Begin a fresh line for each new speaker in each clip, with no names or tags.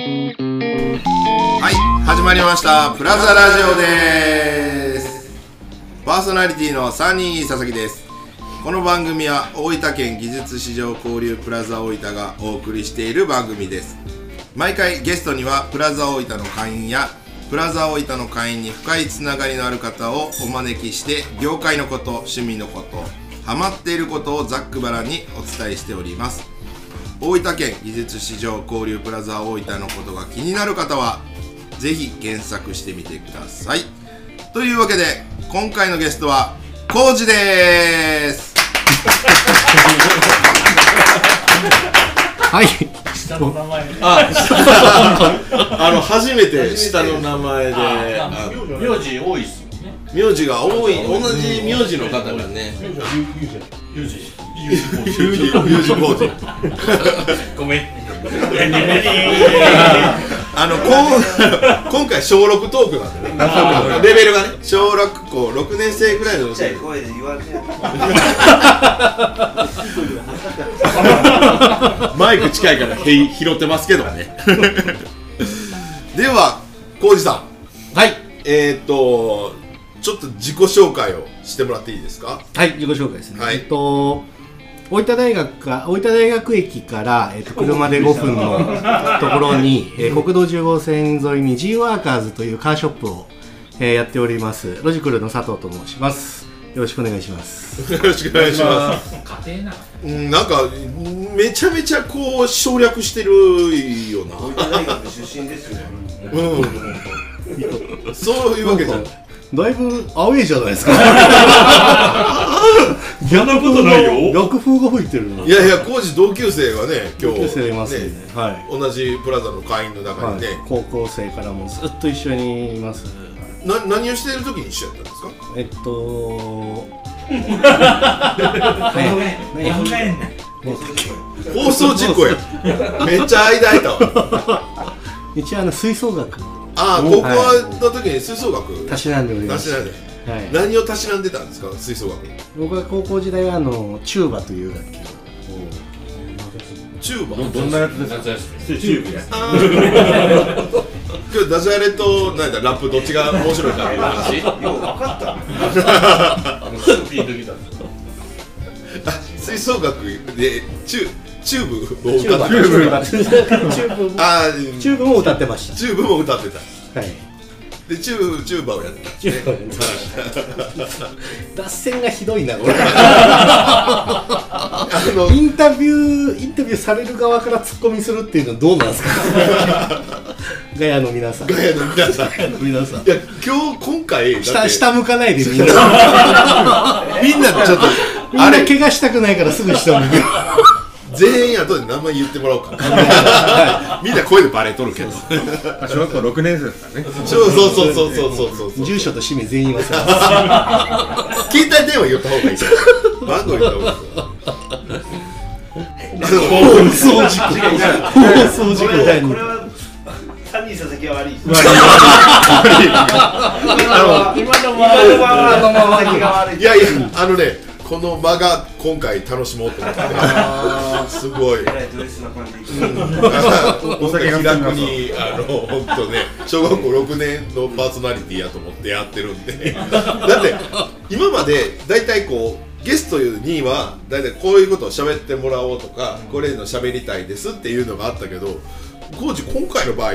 はい始まりましたプラザラジオですパーソナリティのサニー佐々木ですこの番組は大分県技術市場交流プラザ大分がお送りしている番組です毎回ゲストにはプラザ大分の会員やプラザ大分の会員に深いつながりのある方をお招きして業界のこと趣味のことハマっていることをざっくばらんにお伝えしております大分県技術市場交流プラザ大分のことが気になる方はぜひ検索してみてくださいというわけで今回のゲストはコウジです
はい。
下の名前
あの初めて下の名前で
あ
あ
名字多いっすよね
名字が多い同じ名字の方がね
名字
名字コウジ
ごめん
あのこん今回小6トークなんでねレベルがね小6校6年生ぐらいの
ちっちゃい声で言われて
マイク近いからへい拾ってますけどね では浩二さん
はい
えー、っとちょっと自己紹介をしてもらっていいですか
はい、自己紹介ですね。
はい
えっと、大分大学か、大分大学駅から、えっと、車で5分のところに、えー国道10号線沿いに G ワーカーズというカーショップを、えーやっております。ロジクルの佐藤と申します。よろしくお願いします。
よろしくお願いします
家庭な
うんなんかめちゃめちゃこう省略してるよな
大分大学出身ですよ。
うんそういうわけじゃない
だいぶアウェイじゃないで すか。
そんなことないよ。
逆風が吹いてるな。
いやいや浩二同級生がね今日
同級生いますんで、はい。
同じプラザの会員の中
は
に
い
ね、
高校生からもずっと一緒にいます。
な何をしている時に一緒やったんですか
えっと、
放送事 故やめっちゃ間空いたわ
一応あの吹奏楽
ああ高校の時に吹奏楽
たしなんでおりま
たし
す
なんで
はい、
何をたしなんでたんですか吹奏楽
僕は高校時代はあのチューバという楽器を
チューバ
どんなやつですか
夏休み
チューブや。
あー 今日ダジャレとなんだラップどっちが面白いかっていう話
よう分かった。
ピー時だ
吹奏楽でチュチューブを
チュー
歌っ
バ
て
チ
た
ューバチューブも
あー
チューブも歌ってまし
チューブも歌ってた
たはい
でチューチューバをやってた
チューブも歌ってました脱線がひどいなこれ
あの
インタビューインタビューされる側からツッコミするっていうのはどうなん ですかガヤの皆さん
ガヤの皆さんい
皆さん
や今日今回だって
下下向かないでみん な
みんなちょっと
みん
あ
な
れ
怪我したくないからすぐ下向く
全員後で名前言ってもらおう かみんな声でバレとるけどそう
小学校六年生ですからね。
そうそうそうそうそうそうそう
住所と氏名全員忘れてます
携帯電話言った方がいいから番号言った方がいい
放送事故放送事
こ
故
れ
第
はこ
二
れは三人佐々木は悪いです。
あ
今の
今
は
のまま佐々木が悪い。
のいやいやあのねこの間が今回楽しもうと思ってねすごい
えらいドレスな感じで行く。
お酒気楽にあの本当ね小学校6年のパーソナリティやと思ってやってるんでだって今まで大体こうゲストには大体こういうことを喋ってもらおうとかこれの喋りたいですっていうのがあったけど浩次今回の場合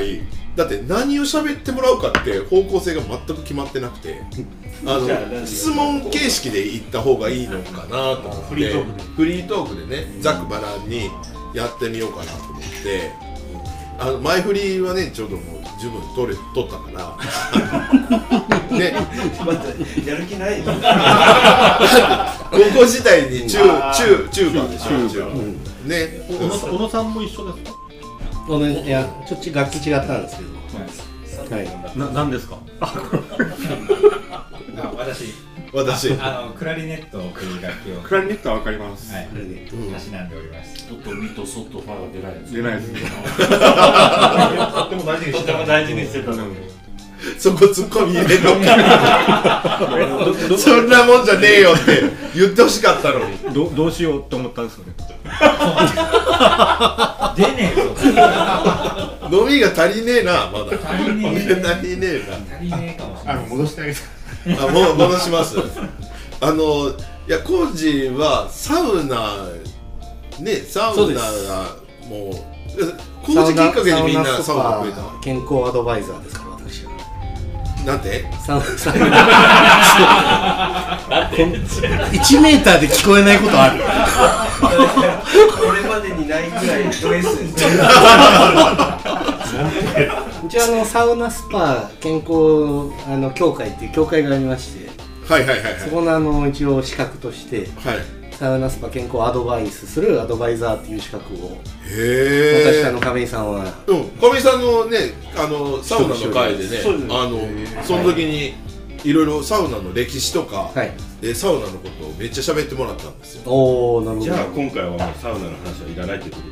だって何を喋ってもらうかって方向性が全く決まってなくてあの質問形式で行った方がいいのかなと思ってフリートークでフリートークでねざっくばらんにやってみようかなと思って。あの前振りはねちょうどもう十分取れ取ったからね
待ってやる気ない。
高校時代に中中中盤でしょ中盤ね
小野さんも一緒ですか。
ごめんいやちょっと楽器違ったんですけどはい
な、なんですか。
あ私
私
あのクラリネットという楽器を
クラリネットはわかります。
はい
これで
たしなんでおります
ちょっと海と外ファーが出ないやつ
出ないですね。
とても大事にしてたのに
そこツッコミ入れんのかそんなもんじゃねえよって言ってほしかったのに
どどうしようと思ったんですよね
出ねえぞ
飲みが足りねえなまだ
足りねえ
足りねえな
足りねえかもしれ
あ
な
の
い
戻してあげて
あもう戻しますあのいやコージはサウナねサ
そう
ウ
で
ナ
す
がもうえコージきっかけでみんなサウナ増えたの
健康アドバイザーですから私は
なんて
サウサウナ1メーターで聞こえないことある
これまでにないくらいド S です
うちはあのサウナスパ健康あの協会っていう協会がありまして
はいはいはいはい
そこのあの一応資格として
はい
サウナスパ健康アドバイスするアドバイザーっていう資格を私
へ
とあ
え
の亀井さんは
うん亀井さんのねあのサウナの会でね
そうです
あのその時にいろいろサウナの歴史とか、
はい
えサウナのことをめっちゃ喋ってもらったんですよ
おおなるほ
じ
ど
ゃあ今回はもうサウナの話はいらないってことで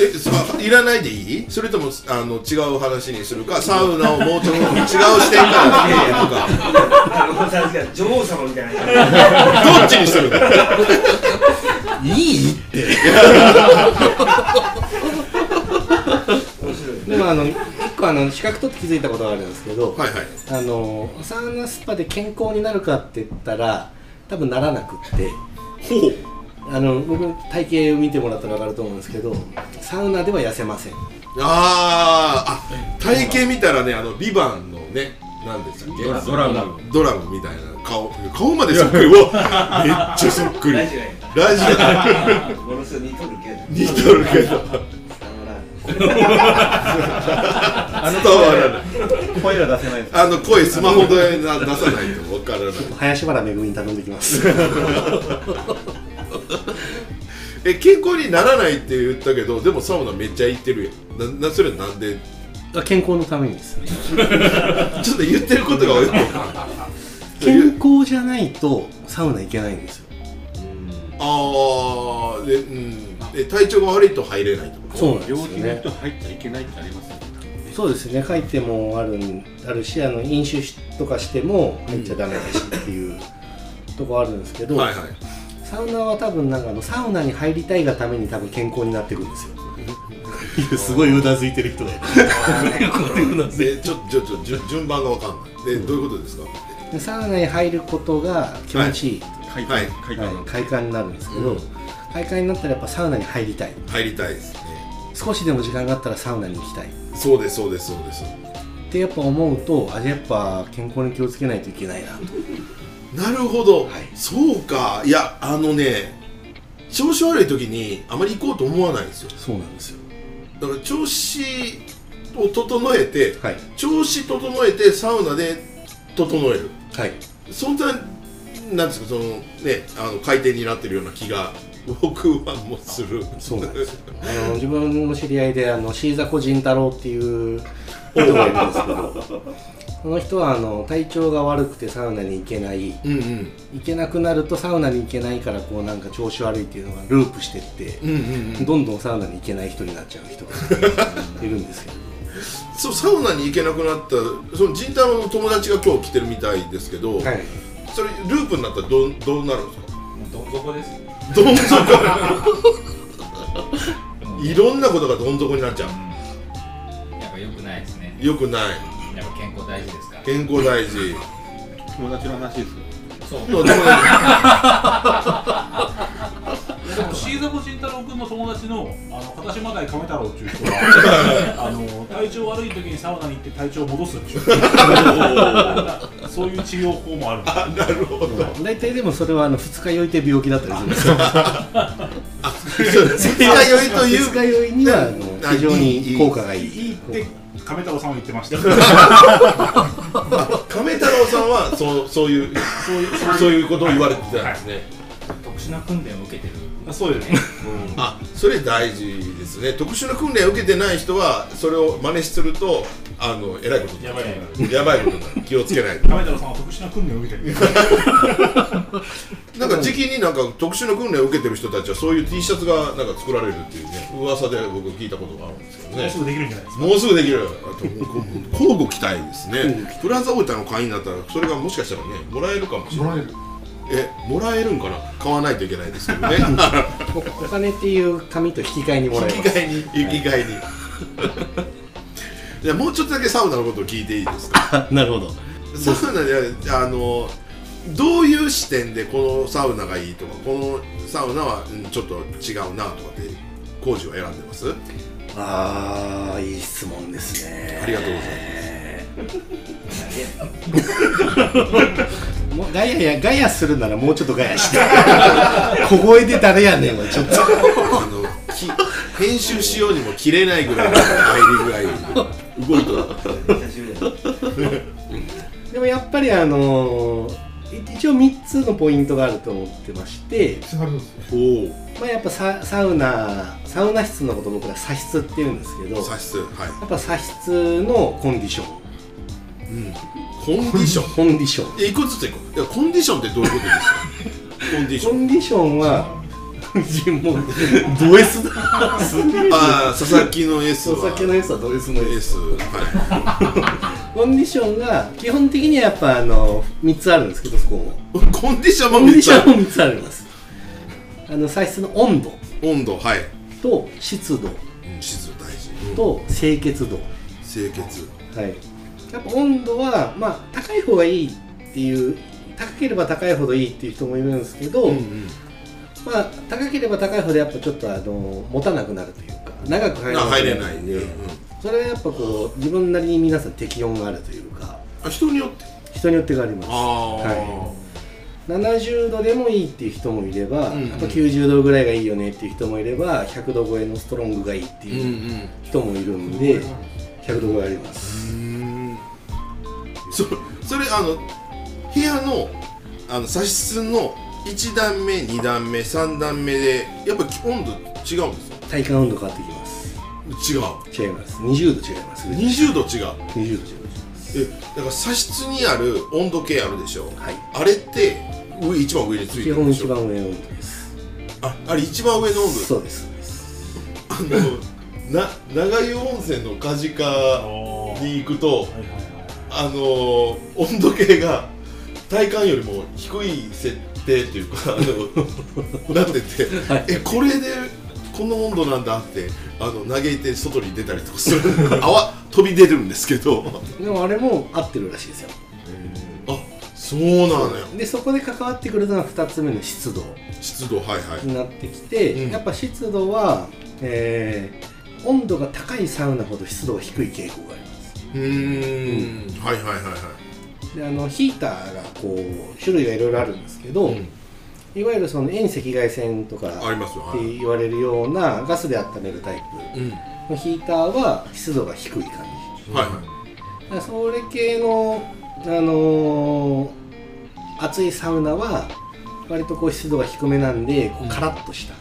えそいらないでいいそれともあの違う話にするかサウナをもうちょっと違う視点から見てとか
あの確かに女王様みたいな
どっちにするの
いいって
面白い
でもあの一個あの資格取って気づいたことがあるんですけど、
はいはい
あのサウナスパで健康になるかって言ったら多分ならなくって
ほう
あの僕体型を見てもらったら分かると思うんですけどサウナでは痩せません
あーあ体型見たらねあの「ビバンのね何でしたっけ
ドラドラム
ドラムみたいな顔顔までそっく りおめっちゃそっくり
ラジオやん
ラジオ
ものすごい似とるけど
似とるけど 伝わらない
声が出せないです
あの声スマホで出さないと分からない
林原めぐみに頼んできます
え健康にならないって言ったけどでもサウナめっちゃ行ってるやんななそれなんで
健康のためにですね
ちょっと言ってることが多いのか
健康じゃないとサウナ行けないんですよ
ああでうんえ体調が悪いと入れないってこと
そうなんです
病
よ
気の
ね
人入っちゃいけないってありますよね
そうですね書いてもあるんあるしあの飲酒しとかしても入っちゃダメだしっていうとこあるんですけど、
はいはい
サウナーは多分なんかあのサウナに入りたいがために多分健康になってくるんですよいや すごいうなずいてる人でこういううなずい
でちょちょちょ順順番がわかんないでどういうことですかは
てサウナに入ることが気持ちいい、
書い
はい
書いてあ
は
る
い快感になるんですけど、
うん
快感になったらやっぱサウナに入りたい
入りたいですね
少しでも時間があったらサウナに行きたいっ
そうですそうですそうです
てやっぱ思うとあれやっぱ健康に気をつけないといけないなと
なるほど、
はい
そうかいやあのね調子悪い時にあまり行こうと思わないんですよ
そうなんですよ
だから調子を整えて
はい
調子整えてサウナで整える
はい
そんななんですかそのねあの回転になってるような気が僕はもうする
そうなんですよ あの自分の知り合いであのシーザコ仁太郎っていう人がいるんですけど その人はあの体調が悪くてサウナに行けない
うんうん
行けなくなるとサウナに行けないからこうなんか調子悪いっていうのがループしてって、
うんうんうん
どんどんサウナに行けない人になっちゃう人がいるんですけど
そうサウナに行けなくなったその仁太郎の友達が今日来てるみたいですけど、
はい
それループになったらどうどうなるんですか
どん底ですね
どん底いろんなことがどん底になっちゃう
やっぱ良くないですね
よくない
やっぱ健康大事ですから
健康大 事
友達の話ですよ
そう
でも でも
でもシーザコ慎太郎君の友達のあの片島台亀太郎っていう人はあの体調悪い時にサウナに行って体調を戻すんでしょそういう治療法もあるんだ
大体でもそれはあの二日酔いって病気だったりするんで すよ
二日酔いという
二日酔いにはあの
あ
非常
いい
に効果が
い
いい
いって
効果
亀太郎さんは言ってました
亀太郎さんはそうそういうそういうそういうことを言われてたんですね、
特殊な訓練を受けてる
そうよね
あそれ大事ですね特殊な訓練を受けてない人はそれを真似するとあのえらいことにな
やばいやばい
るやばいことになる気をつけないと
亀太郎さんは特殊な訓練を受けてる
なんか時期になんか特殊な訓練を受けてる人たちはそういう T シャツがなんか作られるっていうね噂で僕聞いたことがあるんですけど
もう
ね
すぐできるんじゃないですか
もうすぐできるあとこ交互期待ですねプラザオータの会員だったらそれがもしかしたらねもらえるかもしれないえもらえるんかな買わないといけないですけどね
お金っていう紙と引き換えにもらえ
生
ま
き
す
がいに生きがいに じゃあもうちょっとだけサウナのことを聞いていいですか
なるほど
サウナであのどういう視点でこのサウナがいいとかこのサウナはうんちょっと違うなとかって工事を選んでます
ああいい質問ですね
ありがとうございます
もうガヤやガヤするならもうちょっとガヤして 小声で誰やねんはちょっと
あのき編集しようにも切れないぐらいの入り具合
久しぶりだ
でもやっぱりあのーい一応3つのポイントがあると思ってまして、まあ、やっぱササウナサウナ室のこと僕ら茶室って言うんですけど
お差しはい
やっぱ茶室のコンディション
コンディション
コンディション
え一個ずついこういやコンディションってどういうことですかコンディシ
コ
ョン
ンディションは もうド S だすげえ
ああ佐々木の S
お
は
酒の良さはド S の S
S は
コンディションが基本的にはやっぱあの3つあるんですけどそこも
い コンディション
コ
も
ンディ
3
シ
つ
ョ
あ
ンも
る
3つありますあの茶室の温度
温度はい、
と湿度
うん、湿度大事、
と清潔度
清潔
はい、やっぱ温度は、まあ、高い方がいいっていう高ければ高いほどいいっていう人もいるんですけど、
ん
まあ、高ければ高いほどやっぱちょっとあの持たなくなるというか長く入
あ
らなく
入れ
な
ない
るん
ね、
で、
うん、
それはやっぱこう自分なりに皆さん適温があるというか
あ人によって
人によってがあります。
あ
70度でもいいっていう人もいれば、
うんうん
やっぱ90度ぐらいがいいよねっていう人もいれば100度超えのストロングがいいって
ー
いう
うん
人もいるんで、100度超えあります。
うんそそれあの部屋のあの差し室の1段目2段目3段目でやっぱ温度違うんです
体感温度変わってきます。
か
違います。20度違います。
違う20度違う
20度違います。
えだから差し室にある温度計あるでしょ
はい。
あれって上一番上について
基
る
本
でし
一
ょ
番上の温度です。
ああれ一番上の温度
そうです。そうで
あ
す
のな長湯温泉のカジ
あ
カ
ー
に行くと
はいはいはい
あのー、温度計が体感よりも低い設定というか、あのなってて、え、これでこの温度なんだって、あの嘆いて外に出たりとかする、 泡飛び出るんですけど、
でもあれも合ってるらしいですよ。
あそうなのよ、
で、そこで関わってくるのは2つ目の湿度
湿度、はいはい。
になってきて、
うん
やっぱ湿度は、えー温度が高いサウナほど湿度が低い傾向があります。
うーん、はいはいはいはい。
で、あの、ヒーターがこう、種類がいろいろあるんですけど、
うん
いわゆるその遠赤外線とか
ありますよ、
っ
は
て
い。
言われるようなガスで温めるタイプ。
うん、
のヒーターは湿度が低い感じ
はいは
だからそれ系の、あのー暑いサウナは割とこう湿度が低めなんでこうカラッとした、
い。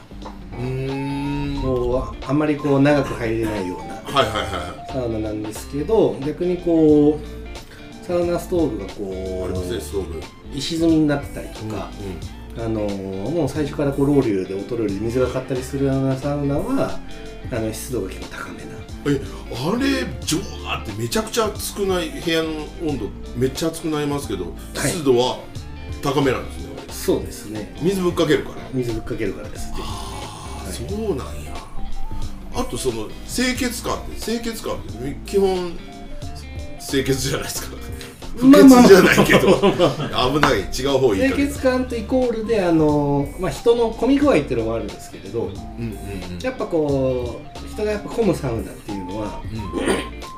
うーん、はい
こうあんまりこう長く入れないような
はいは
サウナなんですけど逆にこうサウナストーブが
いはい。ありますね、
こ
ストーブ。
う石積みになってたりとか、
うん
あのーもう最初からこうロウリュで劣るより水がかかったりするようなサウナはあの湿度が結構高めな
えあれジョーってめちゃくちゃ熱くない部屋の温度めっちゃ熱くなりますけど
はい
湿度は高めなんですね、
そうですね
水ぶっかけるから、
水ぶっかけるからです
そうなんやあとその清潔感って清潔感って基本清潔じゃないですか不
まあ まあ
潔じゃないけど、危ない違う方いい
清
か
潔感とイコールであの、まあ、人の混み具合っていうのもあるんですけれ
う
ど
んうんうん
やっぱこう人がやっぱ混むサウナっていうのは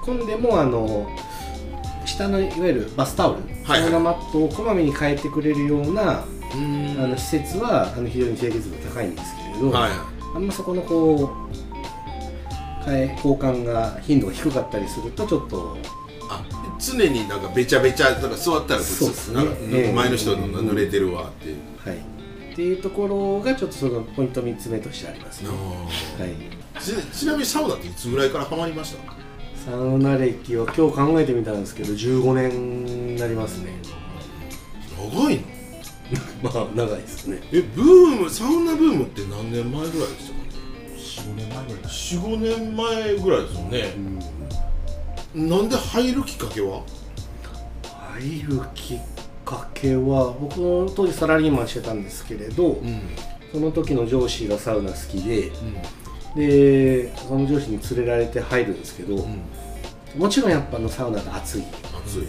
混んでもあの下のいわゆるバスタオル、
はい
サウナマットをこまめに変えてくれるような
うん
あ
うん
の施設はあの非常に清潔度高いんですけれど、
はい
あんまそこのこう変え交換が頻度が低かったりするとちょっと
あ常になんかべちゃべちゃなんか座ったら
そうですね
なんか
ええ
前の人の濡れてるわっていう、
はいっていうところがちょっとそのポイント3つ目としてありますね。
あー
はい
ちちなみにサウナっていつぐらいからハマりました
サウナ歴は今日考えてみたんですけど15年になりますね
長いの
まあ長いですね
えブームサウナブームって何年前ぐらいでしたかね
45年前ぐら
45年前ぐら
い
いですよね、なんで入るきっかけは
入るきっかけは僕も当時サラリーマンしてたんですけれど、
ん
その時の上司がサウナ好き
ん
で、でその上司に連れられて入るんですけど、
ん
もちろんやっぱあのサウナが暑い
暑い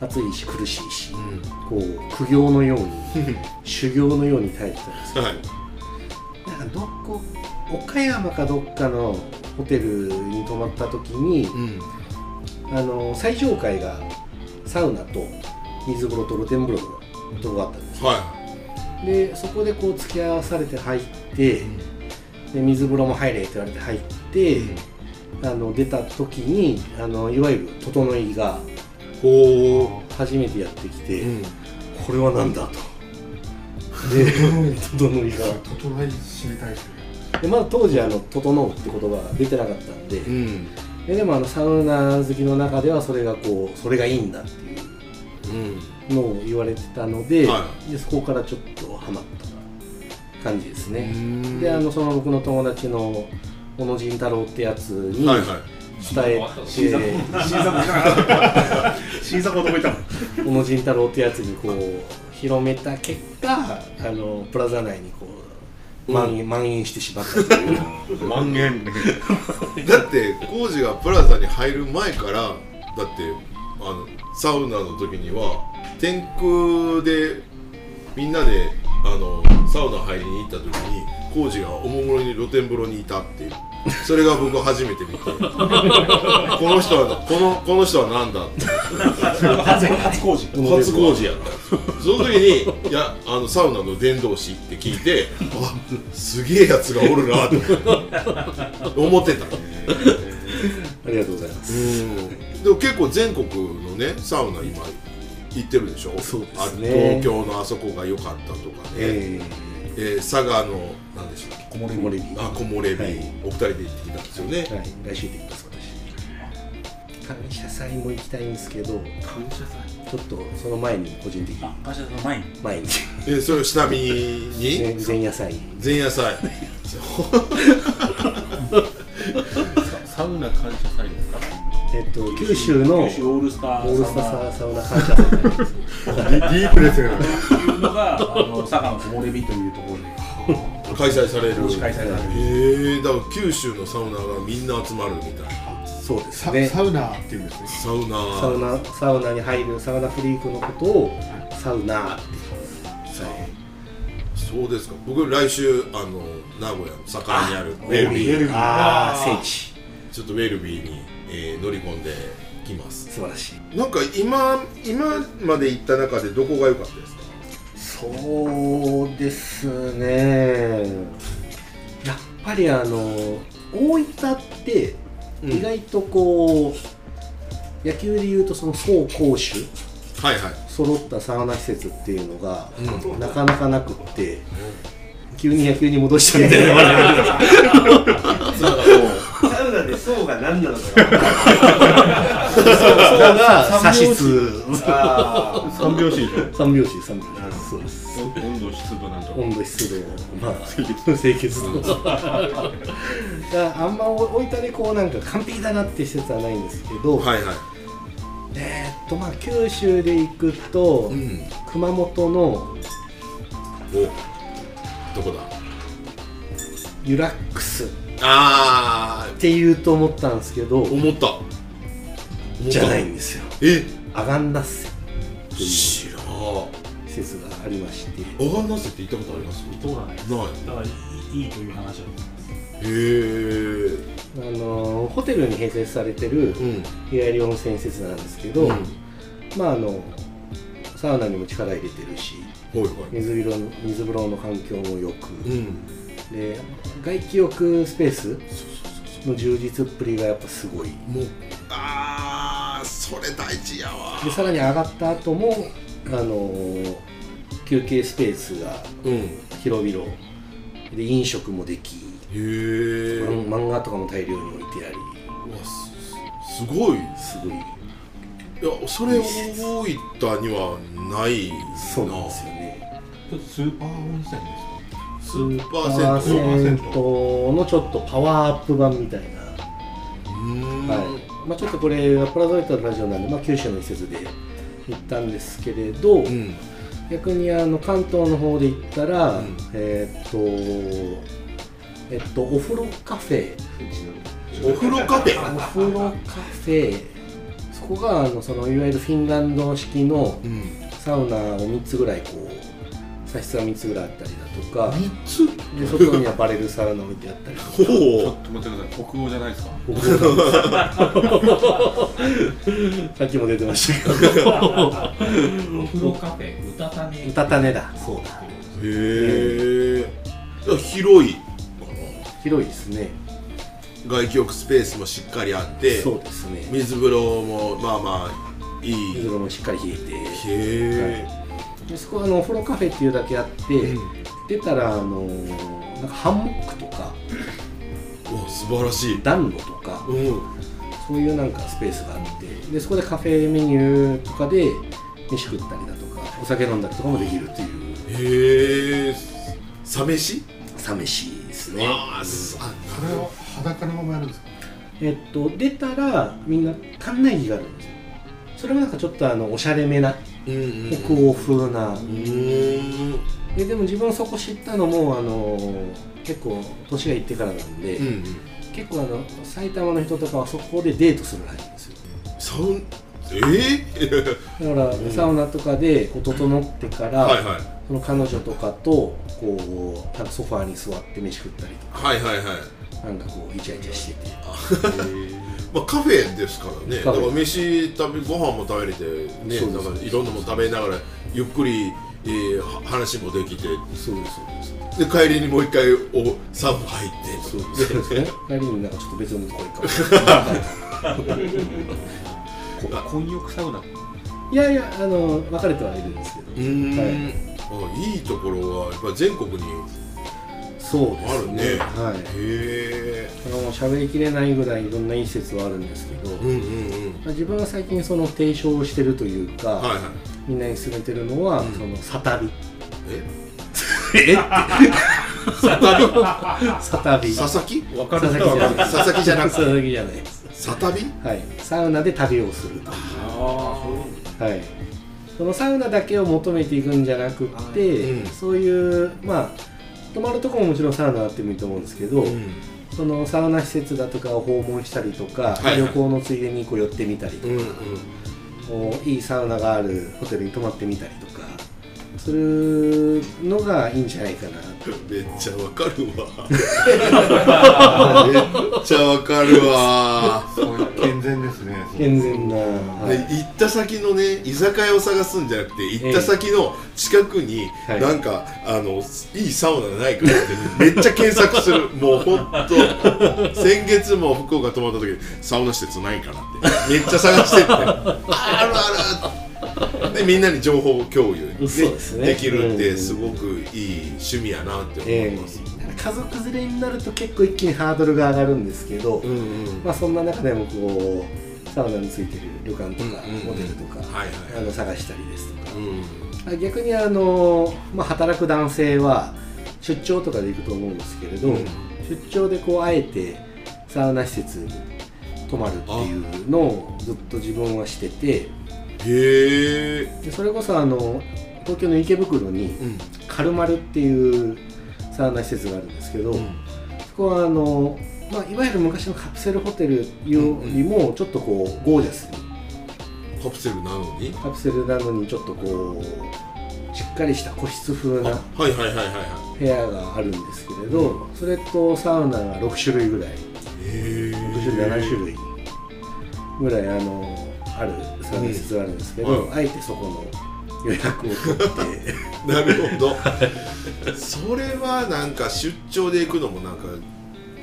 暑いし苦しいし、
ん
こう苦行のように 修行のように耐えてたんですけど、
はい
なんかどこ岡山かどっかのホテルに泊まった時に、
うん
あの最上階がサウナと水風呂と露天風呂のとこがあったんです
は
でそこでこう付き合わされて入って、で水風呂も入れって言われて入って、あの出た時にあのいわゆる整いが
いほ
初めてやってきて、
ううん
これは何だと。で 整いが
整い締めたいですね
でまだ当時あの「整う」って言葉が出てなかったんで,、
うん
ででもあのサウナ好きの中ではそれがこうそれがいいんだって
う
いう
ん
のを言われてたので,、
は
でそこからちょっとハマった感じですね、
ん
であのその僕の友達の小野仁太郎ってやつに
はいはい
伝えて、
新作を止めたの
小野仁太郎ってやつにこう広めた結果あのプラザ内にこう蔓延,、蔓延してしまったという
万円
だって工事がプラザに入る前からだってあのサウナの時には天空でみんなであのサウナ入りに行った時に工事がおもむろに露天風呂にいたっていうそれが僕初めて 見てこの人はこのこの人は何だって
初工事
初工事やったんですよその時に「いやあのサウナの伝道師」って聞いてあすげえやつがおるなと思ってた
ありがとうございます
うんでも結構全国のねサウナ今行ってるでしょ
そうですね
あ東京のあそこが良かったとかね、え
え
ー佐賀の何でしたっけ
ー、木漏れ日
あ木漏れ日、
はい
お二人で行ってきたんですよね、
はい、来週で行きます私感謝祭も行きたいんですけど
感謝祭
ちょっとその前に個人的に
会社の前に
前に
えーそれを下見に、
前前夜祭
前夜祭
サウナ感謝祭ですか
えっと九州のオ
九州オールスター
ールスタ
サウナ
ーサウナ感謝祭なんです
ディープですよね
というのが、あの佐賀の木漏れ日というところで、
開催される
同時開催される。
えー、だから九州のサウナがみんな集まるみたいな
そうです
サ
ね
サウナーっていうんですね
サウナ
サウナサウナに入るサウナフリークのことをサウナーって
そうですか僕来週あの名古屋の堺にあるウェルビー
ああ聖地
ちょっとウェルビーに、えー乗り込んできます
素晴らしい
なんか今今まで行った中でどこが良かったですか
そうですねやっぱりあの大分って意外とこう、野球でいうとその総攻守
はいはい
揃ったサウナ施設っていうのが、
う
なかなかなくって、急に野球に戻したみたいな
サウナで層が何なのか
そうが差しつ
あ
三拍子でしょ
三拍子三拍子そうです
温度湿度なんとか
温度湿度まあ清潔度だからあんま置いたでこうなんか完璧だなって施設はないんですけど、
はいはい
えーっとまあ九州で行くと、
ん
熊本の
おどこだ
ユラックスっ
あ
ていうと思ったんですけど
ー思った思った
じゃないんですよ
え
アガンダッセという施
知らん
設がありまして
アガンナセって行ったことあります
どうだ
な
ね。
い
だからいいいいという話だと思います。
へえ
あのーホテルに併設されてる
うん
日帰り温泉施設なんですけど、
うん
まああのサウナにも力入れてるし
ほいほい
水風呂の水風呂の環境も良く、
うん
で外気浴スペースの充実っぷりがやっぱすごい
もうあーそれ大事やわ
でさらに上がった後もあのー休憩スペースが
うんへ
広々で飲食もでき、
え
漫漫画とかも大量に置いてあり
うわすすごいい
すごい
やそれ大分にはない
そうなんですよね
ちょっとスーパー温泉ですか
スーパ
パ
ー
ー
銭湯
セントのちょっとパワーアップ版みたいな、
うん
はいまあ、ちょっとこれプラザイトのラジオなんで、まあ、九州の一節で行ったんですけれど、
うん
逆にあの関東の方で行ったら、
うん
えーっとえっとお風呂カフェ
お風呂カフ
お
ェ
風呂カフェそこがあのそのいわゆるフィンランド式の
うん
サウナを3つぐらいこう差しが3つぐらいあったりだとか
三つ
で外にはバレルサウナ置いてあったり
ほ
ちょ
う
っと待ってください北欧じゃないですか
さっきも出てまし たけ
お風呂カフェ、うたたね
どう。たたねだそうだ
へえ広いか
広いですね
な外気浴スペースもしっかりあって
そうですね
水風呂もまあまあいい
水
へ
風呂もしっかり引いて
え
でそこはあのお風呂カフェっていうだけあって、出たらあのーなんかハンモックとか
うわ素晴らしい
暖炉とか
うん
そういうなんかスペースがあってでそこでカフェメニューとかで飯食ったりだとかお酒飲んだりとかもできるっていう
へえサ飯
サ飯ですね
あーあ
それを裸のままやるんですか
えっと出たらみんな館内着があるんですよそれもなんかちょっとあのおしゃれめな
うんうん
北欧風な、
うん
ででも自分そこ知ったのもあのー結構年がいってからなんで、
うん
結構あの埼玉の人とかはそこでデートするらしいんですよ
サウンえ ー、
だから、
うん
サウナとかでこう整ってから、
はいはい
その彼女とかとこうなんかソファーに座って飯食ったりと
はいはいはい
かなんかこうイチャイチャしてて
まあカフェですからね
カ
だ
フ
か
ェ
ら飯食べご飯も食べれてね
そうです
だからいろんなもの食べながらゆっくり、えーは話もできて
そうですそう
で帰りにもう一回おサーブ入ってそう
ですそうですね帰りになんかちょっと別のとこ行くかも
混浴サウナ
いやいやあの別れてはいるんですけど
うーん、
はい、
あいいところはやっぱり全国に
そう
あ
です
るね
ねはい
へえ
あの喋りきれないぐらいいろんないい施設はあるんですけど、
うんうんうん
まあ自分が最近その提唱してるというか、
はいはい
みんなに勧めてるのは、
うん
そのサタビ
え
えって サタビ
佐々木
分か
佐
る
々木じゃない
佐々木じゃなくて
佐々木じゃないです
サタビ
はいサウナで旅をするとはいそのサウナだけを求めていくんじゃなくって、
うん
そういうまあ泊まるとこももちろんサウナあってもいいと思うんですけど、
うん
そのサウナ施設だとかを訪問したりとか、
はいはい
旅行のついでにこう寄ってみたりと
う
か、
んうん
こういいサウナがあるホテルに泊まってみたりとかするのがいいんじゃないかな
めっちゃわかるわ めっちゃわかるわ
そういう健全ですね
健全な、は
で
い
行った先のね居酒屋を探すんじゃなくて行った先の近くに、
はい
なんかあのいいサウナがないからってめっちゃ検索す るもうほんと先月も福岡泊まった時にサウナ施設ないからってめっちゃ探してってあるあるでみんなに情報共有、ね
そうですね
できるっ
う
て
ん
すごくいい趣味やなって思
え
います、
え家族連れになると結構一気にハードルが上がるんですけど、
うんうん
まあ、そんな中でもこうサウナについてる旅館とか
うんうんうん
ホテルとか、
はい
あ
は
の探したりですとか
い、うん
あ逆にあの、まあ、働く男性は出張とかで行くと思うんですけれど、
うん
出張でこうあえてサウナ施設に泊まるっていうのをずっと自分はしてて
へえ
でそれこそあの東京の池袋に
うん
カルマルっていうサウナ施設があるんですけど、そこはあの、まあ、いわゆる昔のカプセルホテルよりもちょっとこうゴージャスに
カプセルなのに
カプセルなのにちょっとこうしっかりした個室風
あ
な
はいはいはいはいはい
部屋があるんですけれど、それとサウナが6種類ぐらい
へー
6種類7種類ぐらいあのあるサウナ施設があるんですけど、
うん
あえてそこの予約を取って
なるほどそれはなんか出張で行くのもなんか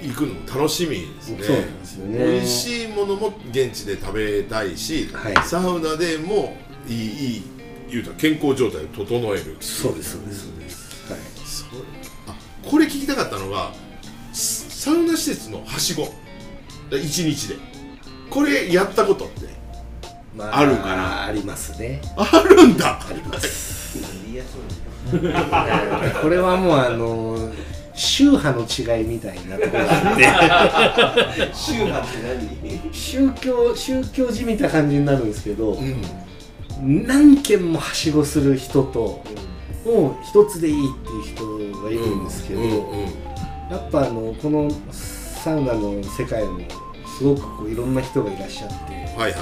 行くのも楽しみですね
そうなんですよね
美味しいものも現地で食べたいし、
はい
サウナでもいいいい言うたら健康状態を整える
そうですそうですそうです、はい、
それあこれ聞きたかったのがササウナ施設のはしごだ一日でこれやったことって
ま
あるかな
ありますね
あるんだ
ありますこれはもうあの宗派の違いみたいなところ があって
宗派って
宗教宗教じみた感じになるんですけど、
ん
何軒もはしごする人と、もう一つでいいっていう人がいるんですけど、やっぱあのこのサウナの世界もすごくこういろんな人がいらっしゃって
はいは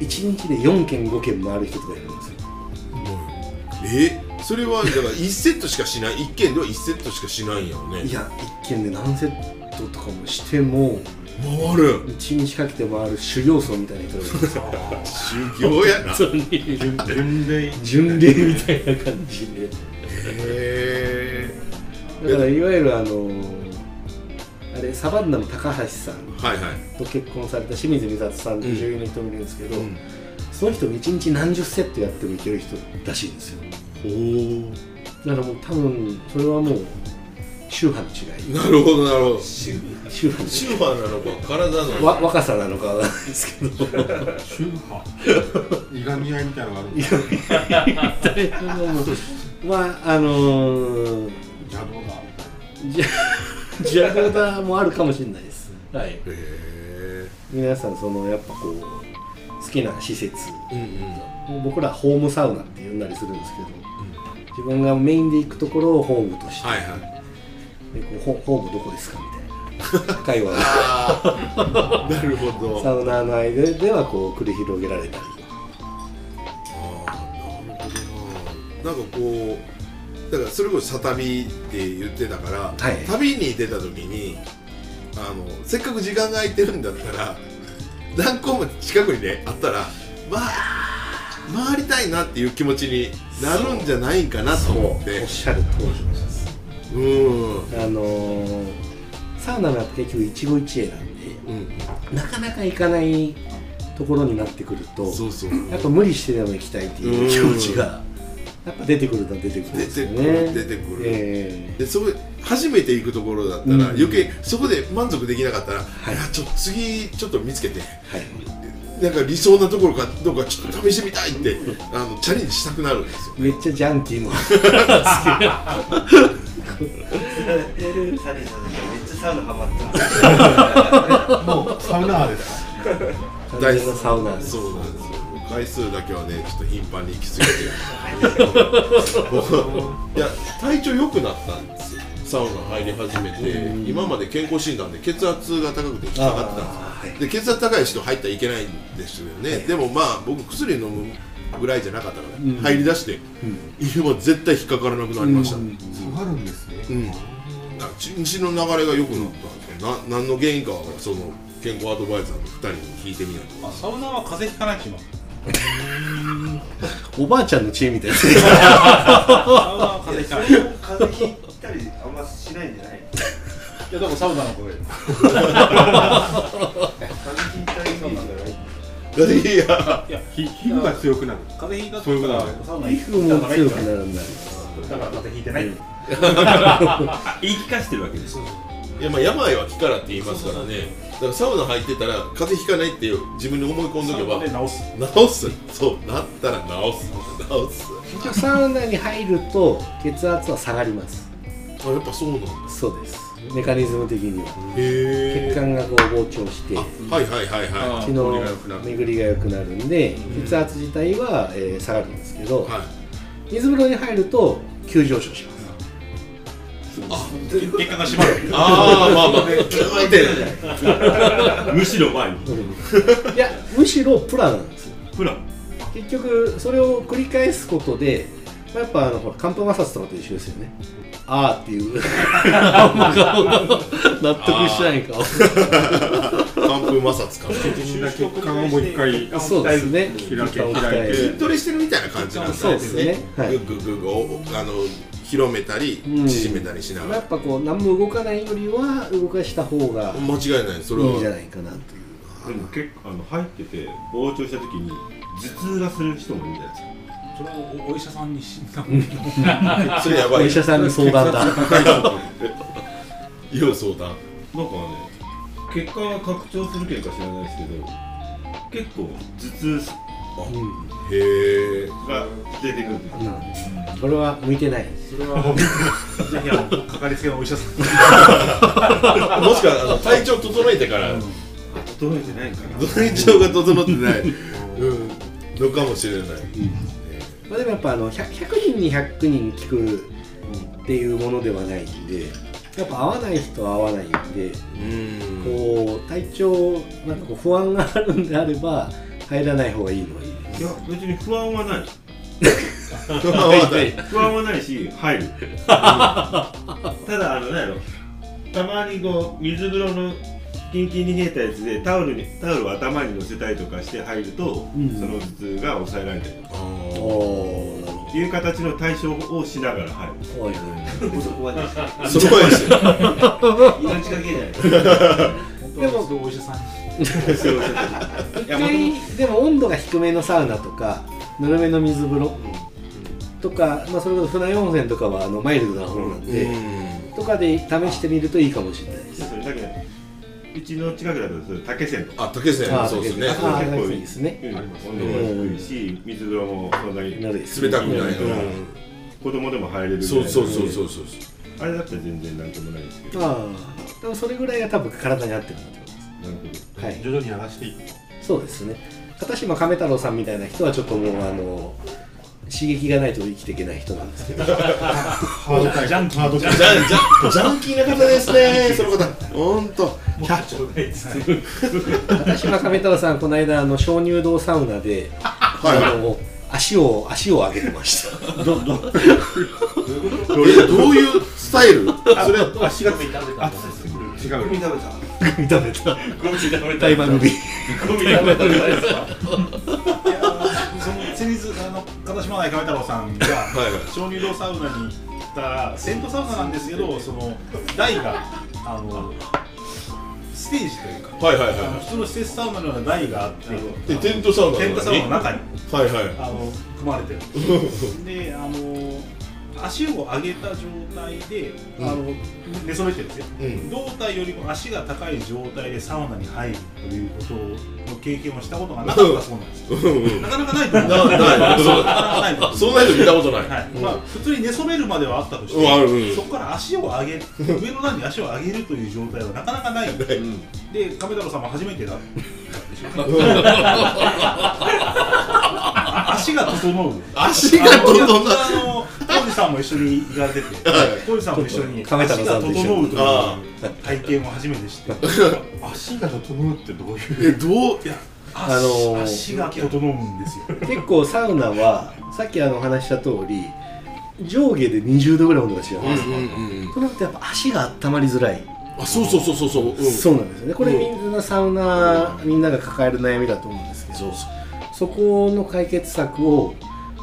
い
1日で4軒5軒回る人とかいるんですよ
えそれはだ から1セットしかしない1件では1セットしかしないんやろね
いや1軒で何セットとかもしても
回る
1日かけて回る修行僧みたいな人がいる んですよ
修行やなへ
巡礼
巡礼みたいな感じで。
え
だからいわゆるあのあれサバンナの高橋さん
はいはい
と結婚された清水美里さんという女優の人もいるんですけど、
うん
その人も一日何十セットやってもいける人らしいんですよ
おお
だからもう多分それはもう宗派の違い
なるほどなるほど
宗派の違い
シルバーなのか体なのか
わ若さなのかわかんないですけど
宗派
いがみ合いみたいなのがあるんだ
まああのー、
邪道だ
じゃジャグダーもあるかもしれないですはい
へえ
皆さんそのやっぱこう好きな施設
うんうん
僕らホームサウナって呼んだりするんですけど、自分がメインで行くところをホームとして、
はいは
でこうホホームどこですかみたいな会話
いなるほ
が
ど
サウナーの間ではこう繰り広げられたり
あーなるほどななんかこうだからそれこそ「サタビ」って言ってたから、
はい
旅に出た時にあのせっかく時間が空いてるんだったら何個も近くにねあったらまあ回りたいなっていう気持ちになるんじゃないかなと思っ
おってしゃる通りです
うんうん
あのーサウナがやっぱ結局一期一会なんでなかなか行かないところになってくると
そうそう
やっぱ無理してでも行きたいっていう気持ちがやっぱ出てくると出てくるんですよ
出
ね
てくる出てくる
え
でそこ初めて行くところだったら、
うん
余計そこで満足できなかったら、
い
いやちょっと次ちょっと見つけて
えはい
なんか理想なところかどうかちょっと試してみたいってあのチャレンジしたくなるんですよ。
めっちゃジャンキーも
何サリーさんだけめっちゃサウナハマってます
もうサウナーですか
完全なサウナです
そうなんですよ。回数だけはねちょっと頻繁に行き過ぎてる。いや体調良くなったんですよ。サウナ入り始めて今まで健康診断で血圧が高くて引っかかってたんですよ。で血圧高い人入ったらいけないんですよね、でもまあ僕薬飲むぐらいじゃなかったから、
ん
入りだして、今絶対引っかからなくなりました、
うん
下がるんですね、
うんだから血血の流れが良くなったんですよ、な何の原因かはその健康アドバイザーの2人に聞いてみないと
あサウナは風邪ひかないします
おばあちゃんの知恵 みたいな
サウナは風邪ひかない
風邪ひいたりあんましないんじゃない
いやでもサウナの声
風邪ひいたイメージがない
いや
ひ皮膚が強くなる
風邪ひいた
そういうことだ
サウナ
皮
行
膚も強くなるんだ
くだから風邪ひいてない
言い聞かせてるわけです よ
いやまあ病は気からって言いますからねだからサウナ入ってたら風邪ひかないっていう自分に思い込んどけば
で治す
治すそうなったら治す治す
結局サウナに入ると血圧は下がります
あやっぱそうなんだ
そうですメカニズム的には
へえ
血管がこう膨張して
あはいはいはいはい
血の巡りが良くなるんで血圧自体は、えー下がるんですけど、
はい
水風呂に入ると急上昇します
血管が締まる
ああ、まあまあ、キューって。
むしろ前に
いやむしろプラなんですよ
プラン
結局それを繰り返すことでまあやっぱあのほら寒風摩擦とかと一緒ですよねあーっていう顔が 納得しない顔
寒風摩擦か。
死んだ血管をもう一回
そうですね
開け開い
筋
て
トレしてるみたいな感じなんだね
そうですねはい
ぐぐぐぐおあの広めたり
うん
縮めたりしなが
や
ら
っぱこう何も動かないよりは動かした方が
間違いないそれ
いいんじゃ
は
ないかなという
でも結構あの入ってて膨張した時に頭痛がする人もいるじゃないですか
それをお医者さんに診断
それやば
お
い
医者さんに相談だ
要相談
なんかね血管は拡張するけどか知らないですけど結構頭痛す
へえ
が出てくるんですよ
これは向いてない
それはもうぜひあのかかりつけのお医者さん
もしくはあの体調整えてから
整えてないから
体調が整ってない、うん、のかもしれない、
まあ、でもやっぱあの 100, 100人に100人聞くっていうものではないんでやっぱ合わない人は合わないんで
うん
こう体調なんかこう不安があるんであれば入らない方がいいのはいい
いや別に不安はない
人は合わない
不安はないし入るただあの何やろたまにこう水風呂のキンキンに冷えたやつでタオルにタオルを頭に乗せたりとかして入ると、
うん
その頭痛が抑えられてる
おおなるほ
という形の対処をしながら入る
どはいは
そこはですね
そこはですよ
命がけじゃないですか
本当は一度お医者 さんに
い一回でも温度が低めのサウナとかぬるめの水風呂とか、まあ、それこそ船湯温泉とかはあのマイルドな方なんで、とかで試してみるといいかもしれないです
それだけねうちの近くだとそれ竹線とか
あ竹瀬
あー
そうですね
竹瀬あー
結構
いいですね
うん温度も低いし水風呂もそんなに
なるです
冷たくない、
うん子供でも入れるぐらい
そう
の
そうそうそうそう
あれだったら全然なんともないですけどな
ああでもそれぐらいが多分体に合ってるんだと思いま
るほど
すはい
徐々にやらしていくと
そうですね片島亀太郎さんみたいな人はちょっともうあの刺激がないと生きていけない人なんです けど
ハードタイプ
ジャンキー
ハードタイプ
ジャンジャンジャンキーな方ですねその方本当
片島亀太郎さんこの間あの鍾乳洞サウナで、あの足を足を上げてました
どういうスタイルそれ
足が
違うよ
海食べた
見た目と
ゴミダメだ
大番組
ゴミダメだですか
いやーその先日あの片島内亀太郎さんが
いはい
鍾乳洞サウナに行ったらセントサウナなんですけどその台があのステージというか
はいはい
あの
は
普通の施設サウナのような台があって
いでテントサウナ
テントサウナの中に
はいはい
あの組まれてる であの足を上げた状態で、あの寝そべってるんですよ、
うん
胴体よりも足が高い状態でサウナに入るということの経験をしたことがなかったそうなんですよ
うんうん
なかなかないと思う
なないそう
なかなかないと思う
そんな人見たことない
はいまあ、普通に寝そべるまではあったとして、
うんあるうん
そこから足を上げ上の段に足を上げるという状態はなかなかないで亀太郎さんも初めてだったんでしょうね足が整う
足がどんどんな
あの浩二さんも一緒に行かれてて浩二さんも一緒に
亀太
足
郎
が
さん
整
と
う
一緒に
という
あ
体験を初めて知って
足が整うってどういう
えどういや
あ
あのー
足が整うんですよ
結構サウナはさっきあのお話しした通り上下で20度ぐらい温度が違うんです、
うん
となるとやっぱ足が温まりづらい
あそうそうそうそうそううん
そうなんですよねこれみんなサウナみんなが抱える悩みだと思うんですけどそこの解決策を